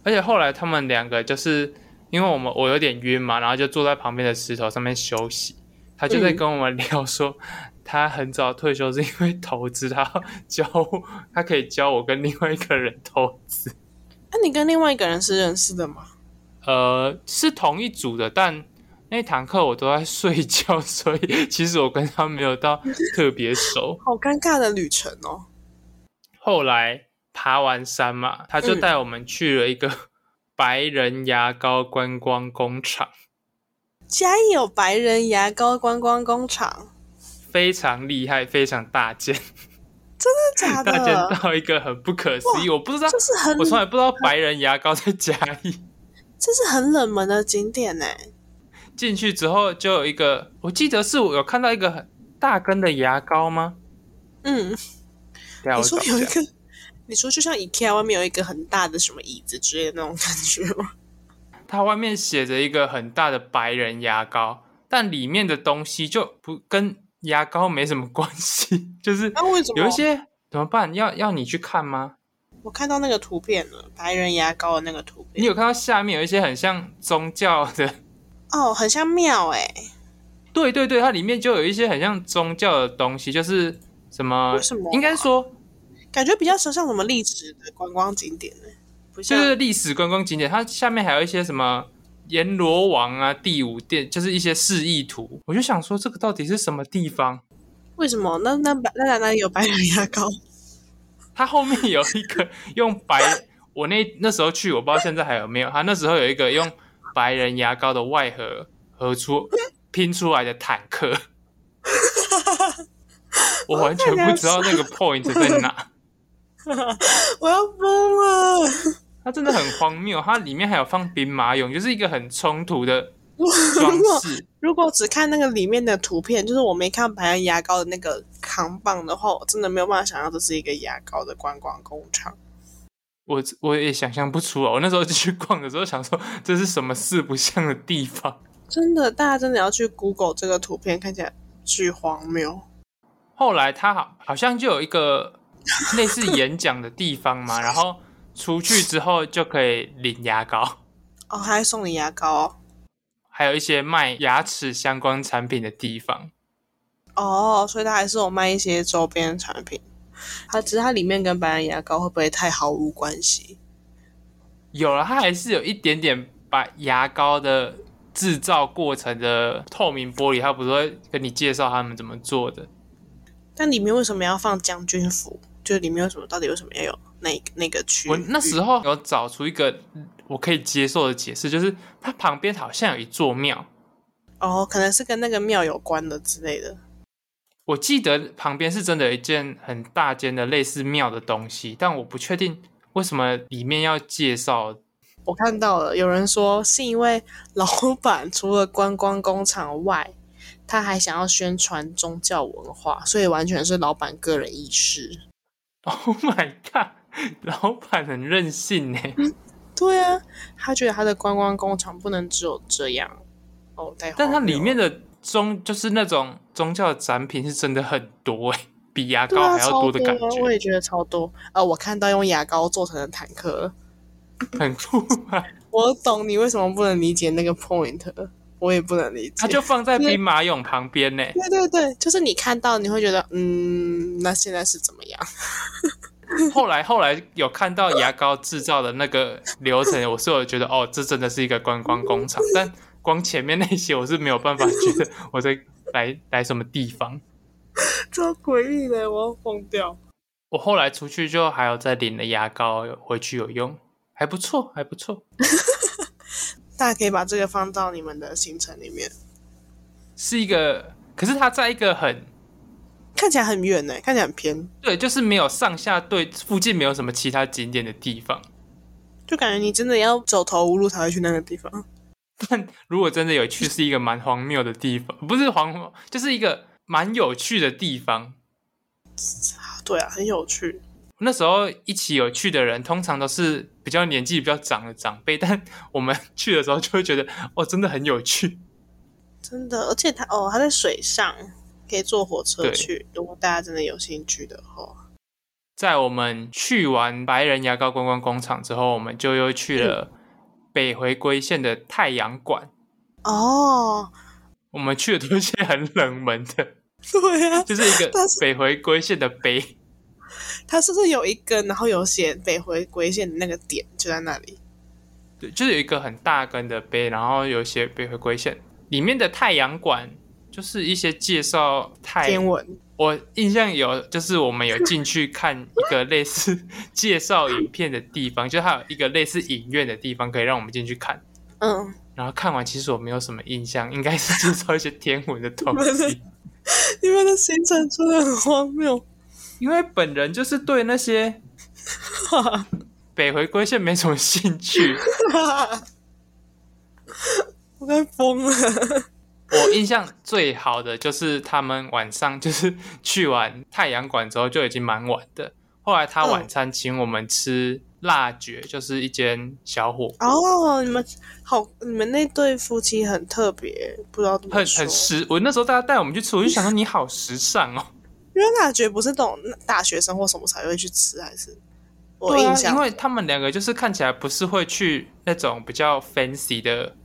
[SPEAKER 2] 而且后来他们两个就是因为我们我有点晕嘛，然后就坐在旁边的石头上面休息。他就在跟我们聊说，他很早退休是因为投资，他要教我他可以教我跟另外一个人投资，
[SPEAKER 1] 那、啊你跟另外一个人是认识的吗？
[SPEAKER 2] 呃，是同一组的，但那堂课我都在睡觉，所以其实我跟他没有到特别熟。
[SPEAKER 1] 好尴尬的旅程哦。
[SPEAKER 2] 后来爬完山嘛，他就
[SPEAKER 1] 嗯
[SPEAKER 2] 带我们去了一个白人牙膏观光工厂。
[SPEAKER 1] 嘉义有白人牙膏观光工厂，
[SPEAKER 2] 非常厉害，非常大 件，
[SPEAKER 1] 真的假
[SPEAKER 2] 大件
[SPEAKER 1] 的？
[SPEAKER 2] 到一个很不可思议。我不知道，
[SPEAKER 1] 就是很
[SPEAKER 2] 我，从来不知道白人牙膏在嘉义。
[SPEAKER 1] 这是很冷门的景点呢、
[SPEAKER 2] 进去之后就有一个，我记得是我有看到一个很大根的牙膏吗？
[SPEAKER 1] 嗯，
[SPEAKER 2] 等一
[SPEAKER 1] 你
[SPEAKER 2] 下
[SPEAKER 1] 说
[SPEAKER 2] 我找
[SPEAKER 1] 有
[SPEAKER 2] 一
[SPEAKER 1] 一
[SPEAKER 2] 下
[SPEAKER 1] 个，你说就像 IKEA 外面有一个很大的什么椅子之类的那种感觉 吗？
[SPEAKER 2] 它外面写着一个很大的白人牙膏，但里面的东西就不跟牙膏没什么关系，就是
[SPEAKER 1] 那为什么？
[SPEAKER 2] 有一些怎么办？要要你去看吗？
[SPEAKER 1] 我看到那个图片了，白人牙膏的那个图
[SPEAKER 2] 你
[SPEAKER 1] 片。
[SPEAKER 2] 有看到下面有一些很像宗教的？
[SPEAKER 1] 哦，很像庙哎、
[SPEAKER 2] 对对对，它里面就有一些很像宗教的东西，就是什么
[SPEAKER 1] 为？什么啊
[SPEAKER 2] 应该说
[SPEAKER 1] 感觉比较像像什么历史的观光景点呢、不
[SPEAKER 2] 就
[SPEAKER 1] 像。
[SPEAKER 2] 是历史观光景点，它下面还有一些什么阎罗王啊、第五殿，就是一些示意图。我就想说，这个到底是什么地方？
[SPEAKER 1] 为什么？那那白那哪里有白人牙膏？
[SPEAKER 2] 它后面有一个用白，我那那时候去，我不知道现在还有没有。它那时候有一个用白人牙膏的外盒合出拼出来的坦克，我完全不知道那个 point 在哪。
[SPEAKER 1] 我要疯了！
[SPEAKER 2] 它真的很荒谬，它里面还有放兵马俑，就是一个很冲突的装
[SPEAKER 1] 如果
[SPEAKER 2] 饰。
[SPEAKER 1] 如果只看那个里面的图片，就是我没看白人牙膏的那个扛棒的话，我真的没有办法想象这是一个牙膏的观光工厂。
[SPEAKER 2] 我我也想象不出来。哦我那时候去逛的时候想说，这是什么四不像的地方？
[SPEAKER 1] 真的，大家真的要去 Google 这个图片，看起来巨荒谬。
[SPEAKER 2] 后来他好好像就有一个类似演讲的地方嘛，然后出去之后就可以领牙膏，
[SPEAKER 1] 哦，还送你牙膏哦。
[SPEAKER 2] 还有一些卖牙齿相关产品的地方。
[SPEAKER 1] 哦，所以它还是有卖一些周边产品，它只是它里面跟白人牙膏会不会太毫无关系？
[SPEAKER 2] 有了，它还是有一点点把牙膏的制造过程的透明玻璃，它不是会跟你介绍他们怎么做的。
[SPEAKER 1] 但里面为什么要放将军服？就里面为什么到底为什么要有那那个区域？
[SPEAKER 2] 我那时候有找出一个我可以接受的解释，就是它旁边好像有一座庙，
[SPEAKER 1] 哦，可能是跟那个庙有关的之类的。
[SPEAKER 2] 我记得旁边是真的有一件很大间的类似庙的东西，但我不确定为什么里面要介绍。
[SPEAKER 1] 我看到了，有人说是因为老板除了观光工厂外，他还想要宣传宗教文化，所以完全是老板个人意识。
[SPEAKER 2] Oh my god！老板很任性欸呢。
[SPEAKER 1] 对啊，他觉得他的观光工厂不能只有这样。哦，太
[SPEAKER 2] 但它
[SPEAKER 1] 荒谬
[SPEAKER 2] 里
[SPEAKER 1] 了
[SPEAKER 2] 面的宗就是那种宗教展品是真的很多哎，比牙
[SPEAKER 1] 对
[SPEAKER 2] 膏
[SPEAKER 1] 啊，
[SPEAKER 2] 还要
[SPEAKER 1] 超
[SPEAKER 2] 的感觉，
[SPEAKER 1] 我也觉得超多。呃，我看到用牙膏做成的坦克了，
[SPEAKER 2] 很酷啊！
[SPEAKER 1] 我懂你为什么不能理解那个 point，了我也不能理解。
[SPEAKER 2] 它就放在兵马俑旁边欸呢。
[SPEAKER 1] 对对对，就是你看到你会觉得，嗯，那现在是怎么样？
[SPEAKER 2] 后来后来有看到牙膏制造的那个流程，我是有觉得哦，这真的是一个观光工厂，但光前面那些我是没有办法觉得我在来来什么地方。
[SPEAKER 1] 超诡异的，我要疯掉。
[SPEAKER 2] 我后来出去就还有再领了牙膏，有回去有用，还不错，还不错。
[SPEAKER 1] 大家可以把这个放到你们的行程里面，
[SPEAKER 2] 是一个，可是它在一个很
[SPEAKER 1] 看起来很远呢，看起来很偏，
[SPEAKER 2] 对，就是没有上下对，附近没有什么其他景点的地方。
[SPEAKER 1] 就感觉你真的要走投无路才会去那个地方。
[SPEAKER 2] 但如果真的有去，是一个蛮荒谬的地方，不是荒谬，就是一个蛮有趣的地方。
[SPEAKER 1] 对啊，很有趣。
[SPEAKER 2] 那时候一起有去的人，通常都是比较年纪比较长的长辈，但我们去的时候就会觉得，哦，真的很有趣。
[SPEAKER 1] 真的，而且它哦，它在水上，可以坐火车
[SPEAKER 2] 对
[SPEAKER 1] 去。如果大家真的有兴趣的话，
[SPEAKER 2] 在我们去完白人牙膏观光工厂之后，我们就又去了
[SPEAKER 1] 嗯
[SPEAKER 2] 北回归线的太阳馆。
[SPEAKER 1] 哦，
[SPEAKER 2] 我们去的都是一些很冷门的，
[SPEAKER 1] 对啊，
[SPEAKER 2] 就是一个
[SPEAKER 1] 但是
[SPEAKER 2] 北回归线的北。
[SPEAKER 1] 它是不是有一根，然后有写北回归线的那个点就在那里？
[SPEAKER 2] 对，就是有一个很大根的碑，然后有写北回归线里面的太阳馆，就是一些介绍太
[SPEAKER 1] 天文
[SPEAKER 2] 我印象有，就是我们有进去看一个类似介绍影片的地方，就还有一个类似影院的地方，可以让我们进去看。
[SPEAKER 1] 嗯，
[SPEAKER 2] 然后看完，其实我没有什么印象，应该是介绍一些天文的东
[SPEAKER 1] 不是
[SPEAKER 2] 西。
[SPEAKER 1] 你们的行程真的很荒谬。
[SPEAKER 2] 因为本人就是对那些北回归线没什么兴趣。
[SPEAKER 1] 我快疯了！
[SPEAKER 2] 我印象最好的就是他们晚上就是去完太阳馆之后就已经蛮晚的，后来他晚餐请我们吃辣卷，就是一间小火锅。
[SPEAKER 1] 哦，你们好，你们那对夫妻很特别，不知道怎
[SPEAKER 2] 很
[SPEAKER 1] 么说
[SPEAKER 2] 很。时，我那时候大家带我们去吃，我就想说你好时尚哦。
[SPEAKER 1] 因为大学不是那种大学生或什么才会去吃，还是 我印象
[SPEAKER 2] 对啊，因为他们两个就是看起来不是会去那种比较 fancy 的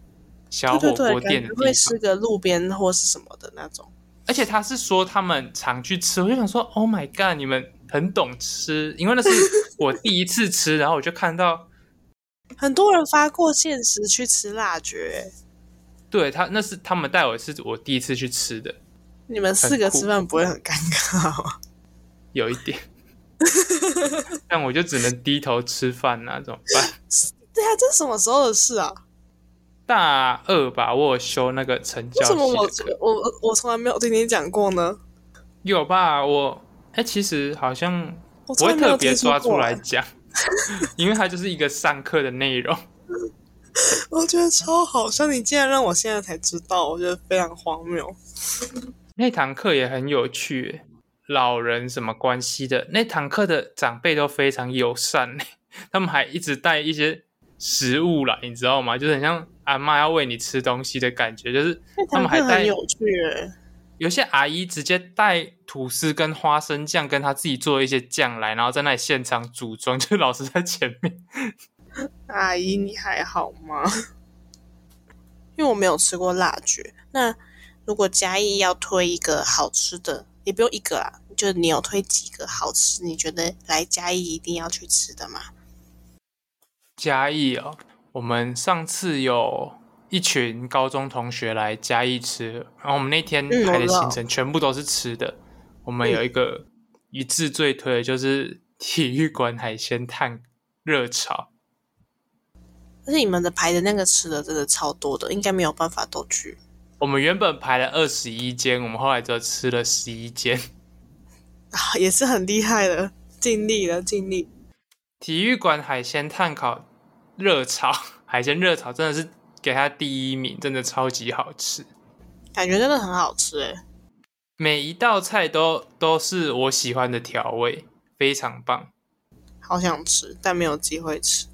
[SPEAKER 2] 小火
[SPEAKER 1] 对对
[SPEAKER 2] 锅
[SPEAKER 1] 对，
[SPEAKER 2] 店
[SPEAKER 1] 感觉
[SPEAKER 2] 的地
[SPEAKER 1] 会
[SPEAKER 2] 方，
[SPEAKER 1] 是个路边或是什么的那种。
[SPEAKER 2] 而且他是说他们常去吃，我就想说，Oh my god，你们很懂吃，因为那是我第一次吃，然后我就看到，
[SPEAKER 1] 很多人发过现实去吃辣欸觉，
[SPEAKER 2] 对他那是他们带我是我第一次去吃的，
[SPEAKER 1] 你们四个
[SPEAKER 2] 很酷
[SPEAKER 1] 吃饭不会很尴尬哦吗？
[SPEAKER 2] 有一 点，但我就只能低头吃饭呐、怎么办？
[SPEAKER 1] 对啊，这是什么时候的事啊？
[SPEAKER 2] 大二吧，我有修那个成
[SPEAKER 1] 为
[SPEAKER 2] 交
[SPEAKER 1] 什
[SPEAKER 2] 系
[SPEAKER 1] 么我
[SPEAKER 2] 的课
[SPEAKER 1] 我我我从来没有听你讲过呢？
[SPEAKER 2] 有吧？我哎、其实好像
[SPEAKER 1] 我
[SPEAKER 2] 不
[SPEAKER 1] 从
[SPEAKER 2] 会
[SPEAKER 1] 来没
[SPEAKER 2] 特
[SPEAKER 1] 有
[SPEAKER 2] 别
[SPEAKER 1] 听
[SPEAKER 2] 抓
[SPEAKER 1] 说
[SPEAKER 2] 出
[SPEAKER 1] 过
[SPEAKER 2] 来
[SPEAKER 1] 欸，
[SPEAKER 2] 讲， 因为它就是一个上课的内容。
[SPEAKER 1] 我觉得超好笑，你竟然让我现在才知道，我觉得非常荒谬。
[SPEAKER 2] 那堂课也很有趣耶，老人什么关系的？那堂课的长辈都非常友善耶，他们还一直带一些食物来，你知道吗？就是很像阿妈要喂你吃东西的感觉，就是他们还
[SPEAKER 1] 那堂课
[SPEAKER 2] 带
[SPEAKER 1] 很有趣耶，
[SPEAKER 2] 有些阿姨直接带吐司跟花生酱，跟她自己做一些酱来，然后在那里现场组装，就是老师在前面。
[SPEAKER 1] 阿姨你还好吗？因为我没有吃过辣觉，那如果嘉义要推一个好吃的，也不用一个啦，就是你有推几个好吃，你觉得来嘉义一定要去吃的吗？
[SPEAKER 2] 嘉义哦，我们上次有一群高中同学来嘉义吃，然后我们那天
[SPEAKER 1] 嗯
[SPEAKER 2] 排的
[SPEAKER 1] 我知道嗯
[SPEAKER 2] 行程全部都是吃的。我们有一个一致最推的就是体育馆海鲜炭热炒，
[SPEAKER 1] 但是你们的排的那个吃的真的超多的，应该没有办法都去。
[SPEAKER 2] 我们原本排了二十一间，我们后来只有吃了十一间。
[SPEAKER 1] 啊， 也是很厉害的，尽力了，尽力。
[SPEAKER 2] 体育馆海鲜炭烤热炒， 海鲜热炒真的是给它第一名，真的超级好吃。
[SPEAKER 1] 感觉真的很好吃欸诶，
[SPEAKER 2] 每一道菜都都是我喜欢的调味，非常棒。
[SPEAKER 1] 好想吃，但没有机会吃。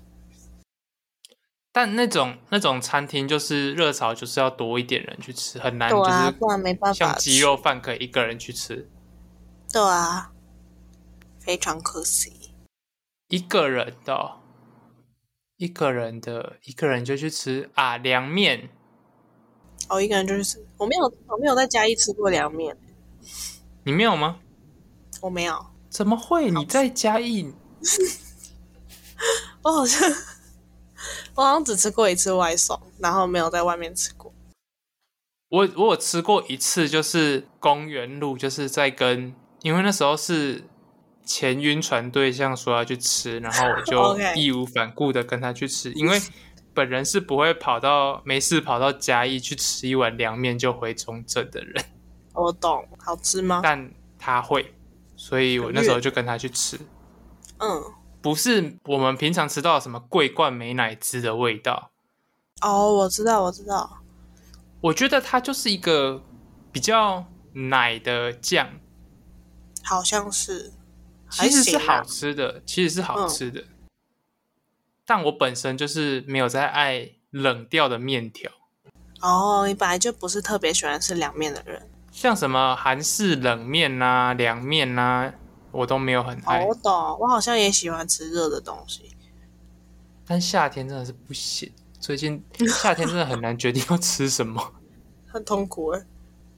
[SPEAKER 2] 但那种那种餐厅就是热炒，就是要多一点人去吃，很难
[SPEAKER 1] 对
[SPEAKER 2] 就
[SPEAKER 1] 啊，
[SPEAKER 2] 是
[SPEAKER 1] 不然没办
[SPEAKER 2] 像
[SPEAKER 1] 法吃。
[SPEAKER 2] 鸡肉饭可以一个人去吃，
[SPEAKER 1] 对啊，非常可惜。
[SPEAKER 2] 一个人的哦、一个人的一个人就去吃啊凉面，
[SPEAKER 1] 哦，一个人就是我没有，我没有在嘉义吃过凉面，
[SPEAKER 2] 你没有吗？
[SPEAKER 1] 我没有，
[SPEAKER 2] 怎么会？你在嘉义？
[SPEAKER 1] 我好像 我好像只吃过一次外送，然后没有在外面吃过。
[SPEAKER 2] 我我有吃过一次，就是公园路，就是在跟，因为那时候是前晕船对象说要去吃，然后我就
[SPEAKER 1] OK
[SPEAKER 2] 义无反顾的跟他去吃，因为本人是不会跑到没事跑到嘉义去吃一碗凉面就回中正的人，
[SPEAKER 1] 我懂，好吃吗？
[SPEAKER 2] 但他会，所以我那时候就跟他去吃，
[SPEAKER 1] 嗯，
[SPEAKER 2] 不是我们平常吃到的什么桂冠美乃滋的味道，
[SPEAKER 1] 哦，我知道，我知道，
[SPEAKER 2] 我觉得它就是一个比较奶的酱。
[SPEAKER 1] 好像是
[SPEAKER 2] 其实
[SPEAKER 1] 还行
[SPEAKER 2] 是
[SPEAKER 1] 啊嗯
[SPEAKER 2] 好吃的，其实是好吃的。但我本身就是没有在爱冷掉的面条，
[SPEAKER 1] 哦，你本来就不是特别喜欢吃凉面的人。
[SPEAKER 2] 像什么韩式冷面呐、凉面呐、我都没有很
[SPEAKER 1] 哦
[SPEAKER 2] 爱，。
[SPEAKER 1] 我懂，我好像也喜欢吃热的东西。
[SPEAKER 2] 但夏天真的是不行，最近夏天真的很难决定要吃什么，
[SPEAKER 1] 很痛苦哎、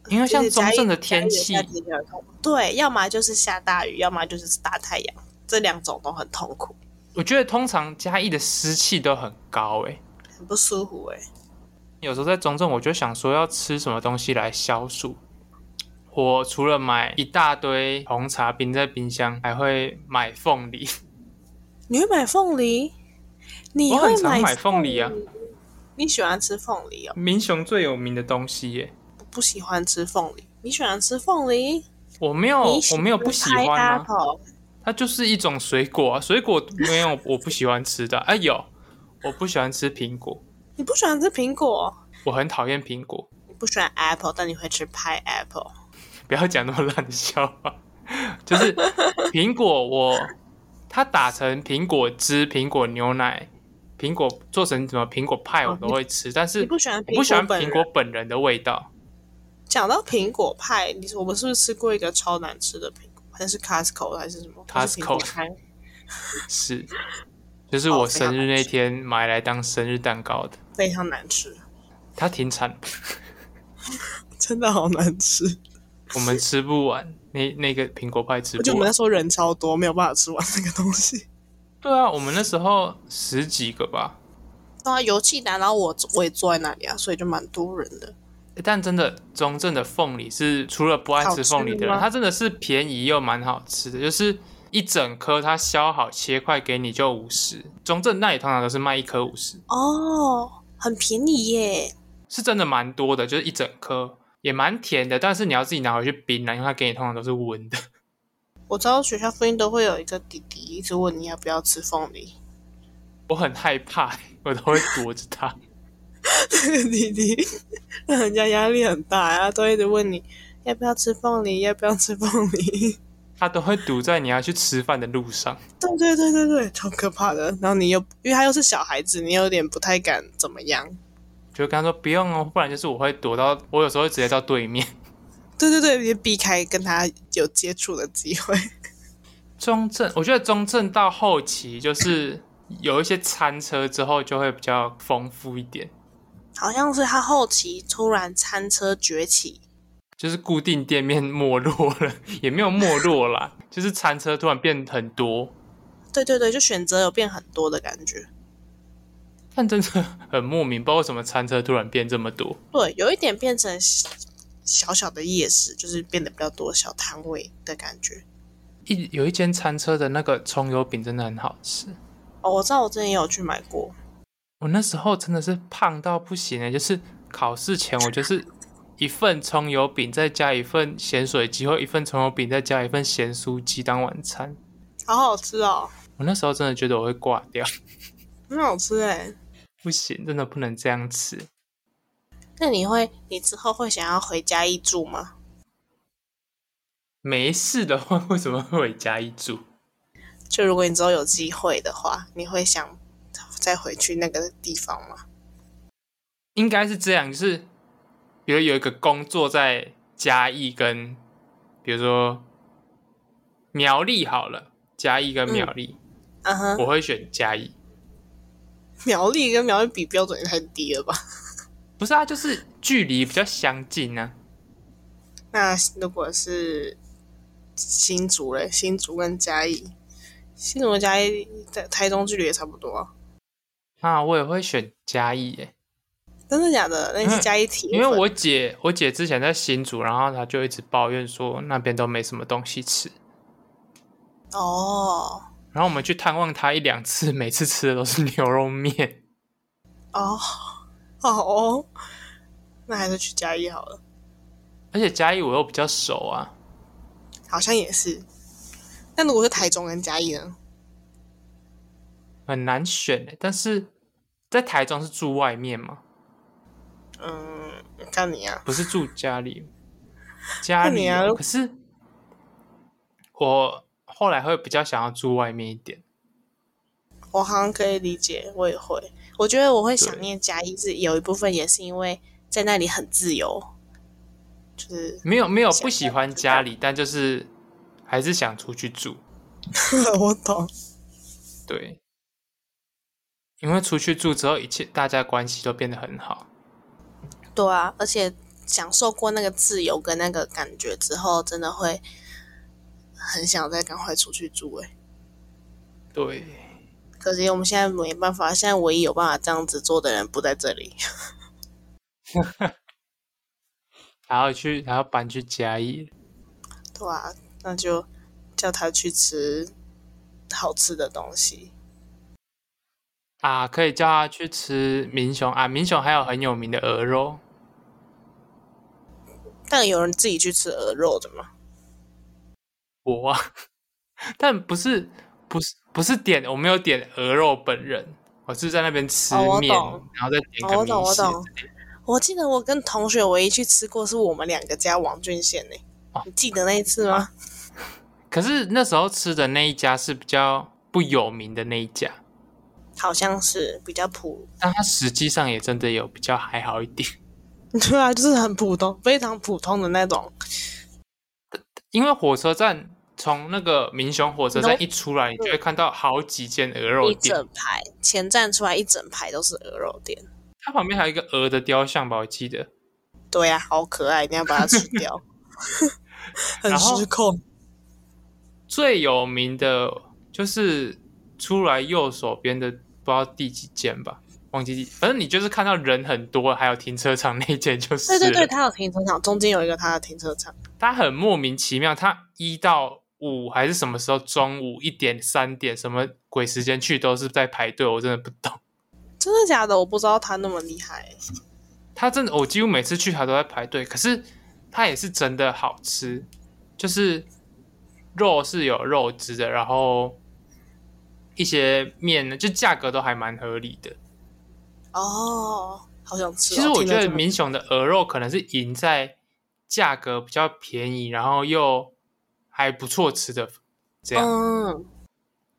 [SPEAKER 2] 因为像
[SPEAKER 1] 就是
[SPEAKER 2] 中
[SPEAKER 1] 嘉义
[SPEAKER 2] 正的
[SPEAKER 1] 嘉
[SPEAKER 2] 天气
[SPEAKER 1] 义，夏天很痛苦对，要么就是下大雨，要么就是大太阳，这两种都很痛苦，
[SPEAKER 2] 我觉得通常嘉义的湿气都很高欸诶、
[SPEAKER 1] 很不舒服哎、
[SPEAKER 2] 有时候在中正，我就想说要吃什么东西来消暑。我除了买一大堆红茶冰在冰箱，还会买凤梨。
[SPEAKER 1] 你会买凤梨？你
[SPEAKER 2] 我
[SPEAKER 1] 会
[SPEAKER 2] 很常买
[SPEAKER 1] 凤
[SPEAKER 2] 凤梨啊，
[SPEAKER 1] 你喜欢吃凤梨哦？
[SPEAKER 2] 民雄最有名的东西耶。
[SPEAKER 1] 我不喜欢吃凤梨。你喜欢吃凤梨？
[SPEAKER 2] 我没有
[SPEAKER 1] 你，
[SPEAKER 2] 哦我没有不喜欢啊，
[SPEAKER 1] pineapple
[SPEAKER 2] 它就是一种水果啊。水果没有我不喜欢吃的，哎有，我不喜欢吃苹果，
[SPEAKER 1] 你不喜欢吃苹果，
[SPEAKER 2] 我很讨厌苹果。
[SPEAKER 1] 你不喜欢 apple，但你会吃 pineapple。
[SPEAKER 2] 不要讲那么烂的笑话，就是苹果我它打成苹果汁、苹果牛奶、苹果做成什么苹果派我都会吃，但是
[SPEAKER 1] 哦你不喜欢
[SPEAKER 2] 我不喜欢
[SPEAKER 1] 苹果本人
[SPEAKER 2] 苹果本人的味道。
[SPEAKER 1] 讲到苹果派，你我们是不是吃过一个超难吃的苹果？还是 Costco 还是什么
[SPEAKER 2] Costco
[SPEAKER 1] 还是苹果派
[SPEAKER 2] 是，就是
[SPEAKER 1] 哦
[SPEAKER 2] 我
[SPEAKER 1] 非常
[SPEAKER 2] 生日
[SPEAKER 1] 难
[SPEAKER 2] 那
[SPEAKER 1] 吃
[SPEAKER 2] 天买来当生日蛋糕的，
[SPEAKER 1] 非常难吃，
[SPEAKER 2] 它停产，
[SPEAKER 1] 真的好难吃。
[SPEAKER 2] 我们吃不完，那那个苹果派吃
[SPEAKER 1] 而且我
[SPEAKER 2] 不
[SPEAKER 1] 们
[SPEAKER 2] 完
[SPEAKER 1] 那。时候人超多，没有办法吃完那个东西。
[SPEAKER 2] 对啊，我们那时候十几个吧，
[SPEAKER 1] 对啊，油气男，然后我我也坐在那里啊，所以就蛮多人的。
[SPEAKER 2] 欸但真的中正的凤梨是除了不爱吃凤梨的
[SPEAKER 1] 好吃
[SPEAKER 2] 人，
[SPEAKER 1] 吗
[SPEAKER 2] 它真的是便宜又蛮好吃的，就是一整颗它削好切块给你就五十。中正那里通常都是卖一颗五十，
[SPEAKER 1] 哦，很便宜耶！
[SPEAKER 2] 是真的蛮多的，就是一整颗也蛮甜的，但是你要自己拿回去冰啊啦，因为它给你通常都是温的。
[SPEAKER 1] 我知道学校附近都会有一个弟弟一直问你要不要吃凤 梨，
[SPEAKER 2] 我很害怕，欸我都会躲着它。
[SPEAKER 1] 这个弟弟 让人家压力很大，他都一直问你要不要吃凤梨，要不要吃凤梨。
[SPEAKER 2] 它都会堵在你要去吃饭的路上。
[SPEAKER 1] 对对对对对，超可怕的。然后你又因为他又是小孩子，你有点不太敢怎么样。
[SPEAKER 2] 就跟他说不用哦，不然就是我会躲到，我有时候会直接到对面。
[SPEAKER 1] 对对对，也避开跟他有接触的机会。
[SPEAKER 2] 中正，我觉得中正到后期就是有一些餐车之后就会比较丰富一点，
[SPEAKER 1] 好像是他后期突然餐车崛起，
[SPEAKER 2] 就是固定店面没落了， 也没有没落啦， 就是餐车突然变很多，
[SPEAKER 1] 对对对，就选择有变很多的感觉。
[SPEAKER 2] 但真的很莫名，不知道为什么餐车突然变这么多。
[SPEAKER 1] 对，有一点变成小小的夜市，就是变得比较多小摊位的感觉。
[SPEAKER 2] 一有一间餐车的那个葱油饼真的很好吃，
[SPEAKER 1] 哦，我知道，我之前也有去买过。
[SPEAKER 2] 我那时候真的是胖到不行欸，就是考试前我就是一份葱油饼，再加一份咸水鸡，或一份葱油饼，再加一份咸酥鸡当晚餐。
[SPEAKER 1] 好好吃哦，
[SPEAKER 2] 我那时候真的觉得我会挂掉，
[SPEAKER 1] 很好吃哎、
[SPEAKER 2] 不行，真的不能这样吃。
[SPEAKER 1] 那你会，你之后会想要回家一住吗？
[SPEAKER 2] 没事的话，为什么会回家一住？
[SPEAKER 1] 就如果你之后有机会的话，你会想再回去那个地方吗？
[SPEAKER 2] 应该是这样，就是比如有一个工作在嘉义跟，比如说苗栗好了，嘉义跟苗栗，
[SPEAKER 1] 嗯哼，
[SPEAKER 2] 我会选嘉义。
[SPEAKER 1] 苗栗跟苗栗比标准也太低了吧？
[SPEAKER 2] 不是啊，就是距离比较相近啊。
[SPEAKER 1] 那如果是新竹嘞，新竹跟嘉义，新竹跟嘉义在台中距离也差不多、啊，
[SPEAKER 2] 啊，我也会选嘉义耶，
[SPEAKER 1] 真的假的？那你是嘉义体育
[SPEAKER 2] 嗯因为
[SPEAKER 1] 粉、
[SPEAKER 2] 我姐我姐之前在新竹，然后她就一直抱怨说那边都没什么东西吃。
[SPEAKER 1] 哦
[SPEAKER 2] 然后我们去探望她一两次，每次吃的都是牛肉面。
[SPEAKER 1] 哦好哦，那还是去嘉义好了，
[SPEAKER 2] 而且嘉义我又比较熟啊，
[SPEAKER 1] 好像也是。那如果是台中跟嘉义呢？
[SPEAKER 2] 很难选耶。但是在台中是住外面嘛，
[SPEAKER 1] 嗯，看你啊，
[SPEAKER 2] 不是住家里。家
[SPEAKER 1] 那
[SPEAKER 2] 里
[SPEAKER 1] 你啊
[SPEAKER 2] 哦可是我后来会比较想要住外面一点。
[SPEAKER 1] 我好像可以理解，我也会。我觉得我会想
[SPEAKER 2] 对
[SPEAKER 1] 念嘉义是有一部分也是因为在那里很自由，就是
[SPEAKER 2] 没有没有
[SPEAKER 1] 想
[SPEAKER 2] 不喜
[SPEAKER 1] 要
[SPEAKER 2] 欢
[SPEAKER 1] 知
[SPEAKER 2] 家
[SPEAKER 1] 道
[SPEAKER 2] 里，但就是还是想出去住。
[SPEAKER 1] 我懂。
[SPEAKER 2] 对，因为出去住之后，一切大家关系都变得很好。
[SPEAKER 1] 对啊，而且享受过那个自由跟那个感觉之后，真的会很想再赶快出去住诶、
[SPEAKER 2] 对，
[SPEAKER 1] 可惜我们现在没办法，现在唯一有办法这样子做的人不在这里。
[SPEAKER 2] 还要去，还要搬去嘉义。
[SPEAKER 1] 对啊，那就叫他去吃好吃的东西。
[SPEAKER 2] 啊，可以叫他去吃民雄啊，民雄还有很有名的鹅肉，
[SPEAKER 1] 但有人自己去吃鹅肉的吗？
[SPEAKER 2] 我啊， 但不是不是不是点，我没有点鹅肉本人，我是在那边吃
[SPEAKER 1] 哦我
[SPEAKER 2] 面，
[SPEAKER 1] 懂
[SPEAKER 2] 然后再点
[SPEAKER 1] 哦
[SPEAKER 2] 个
[SPEAKER 1] 我懂
[SPEAKER 2] 米
[SPEAKER 1] 我
[SPEAKER 2] 线
[SPEAKER 1] 懂
[SPEAKER 2] 之类的。
[SPEAKER 1] 我记得我跟同学唯一去吃过是我们两个加王俊宪呢、
[SPEAKER 2] 哦
[SPEAKER 1] 你记得那一次吗？
[SPEAKER 2] 可是那时候吃的那一家是比较不有名的那一家，
[SPEAKER 1] 好像是比较普，
[SPEAKER 2] 但它实际上也真的有比较还好一点。
[SPEAKER 1] 对啊，就是很普通，非常普通的那种。
[SPEAKER 2] 因为火车站从那个民雄火车站一出来，你就会看到好几间鹅肉
[SPEAKER 1] 一
[SPEAKER 2] 店，
[SPEAKER 1] 整排前站出来一整排都是鹅肉店。
[SPEAKER 2] 它旁边还有一个鹅的雕像吧，我记得。
[SPEAKER 1] 对呀、好可爱，一定要把它吃掉。 很
[SPEAKER 2] 然后
[SPEAKER 1] 失控，
[SPEAKER 2] 最有名的就是出来右手边的，不知道第几间吧，忘记第，反正你就是看到人很多，还有停车场那一间就是
[SPEAKER 1] 对
[SPEAKER 2] 了。
[SPEAKER 1] 对对，它有停车场，中间有一个它的停车场。
[SPEAKER 2] 它很莫名其妙，它一到五还是什么时候，中午一点、三点什么鬼时间去都是在排队，我真的不懂。
[SPEAKER 1] 真的假的？我不知道它那么厉害、欸
[SPEAKER 2] 它真的，我几乎每次去它都在排队，可是它也是真的好吃，就是肉是有肉汁的，然后一些面呢，就价格都还蛮合理的。
[SPEAKER 1] 哦，好想吃哦、
[SPEAKER 2] 其实我
[SPEAKER 1] 听
[SPEAKER 2] 觉
[SPEAKER 1] 了
[SPEAKER 2] 得
[SPEAKER 1] 就
[SPEAKER 2] 民雄的鹅肉可能是赢在价格比较便宜，然后又还不错吃的这样。
[SPEAKER 1] 嗯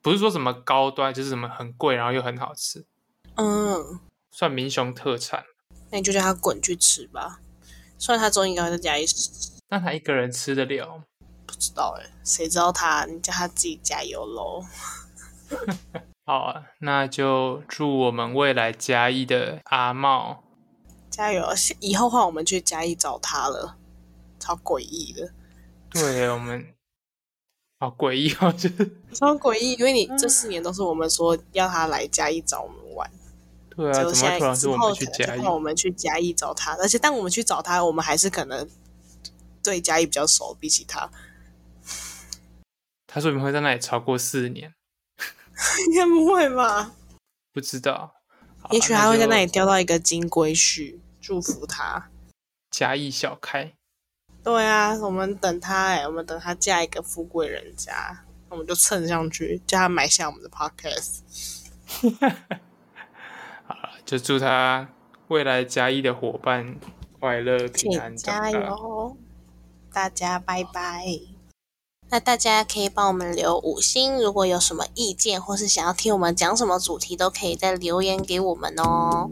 [SPEAKER 2] 不是说什么高端，就是什么很贵，然后又很好吃，
[SPEAKER 1] 嗯，
[SPEAKER 2] 算民雄特产。
[SPEAKER 1] 那你就叫他滚去吃吧。虽然他中应该会在家里吃，
[SPEAKER 2] 那他一个人吃得了？
[SPEAKER 1] 不知道哎、谁知道他？你叫他自己加油喽。
[SPEAKER 2] 好啊，那就祝我们未来嘉义的阿茂，
[SPEAKER 1] 加油！以后换我们去嘉义找他了，超诡异的，
[SPEAKER 2] 对我们好诡异哦，就是
[SPEAKER 1] 超诡异。因为
[SPEAKER 2] 嗯
[SPEAKER 1] 你这四年都是我们说要他来嘉义找我们玩，
[SPEAKER 2] 对
[SPEAKER 1] 结
[SPEAKER 2] 啊，怎
[SPEAKER 1] 果
[SPEAKER 2] 么
[SPEAKER 1] 现
[SPEAKER 2] 会突
[SPEAKER 1] 在
[SPEAKER 2] 然是
[SPEAKER 1] 之
[SPEAKER 2] 我
[SPEAKER 1] 后可
[SPEAKER 2] 们去
[SPEAKER 1] 能就
[SPEAKER 2] 嘉义
[SPEAKER 1] 换？我们去嘉义找他，而且当我们去找他，我们还是可能对嘉义比较熟，比起他
[SPEAKER 2] 他说你们会在那里超过四年，
[SPEAKER 1] 应该不会吧？
[SPEAKER 2] 不知道。好啊
[SPEAKER 1] 也许他会在那里
[SPEAKER 2] 就
[SPEAKER 1] 钓到一个金龟婿，祝福他。
[SPEAKER 2] 嘉义小开。
[SPEAKER 1] 对啊，我们等他哎、我们等他嫁一个富贵人家，我们就蹭上去，叫他买下我们的 podcast。
[SPEAKER 2] 好了，就祝他未来嘉义的伙伴快乐平安
[SPEAKER 1] 请加
[SPEAKER 2] 长大。
[SPEAKER 1] 油，大家拜拜。那大家可以帮我们留五星，如果有什么意见或是想要听我们讲什么主题，都可以在留言给我们哦。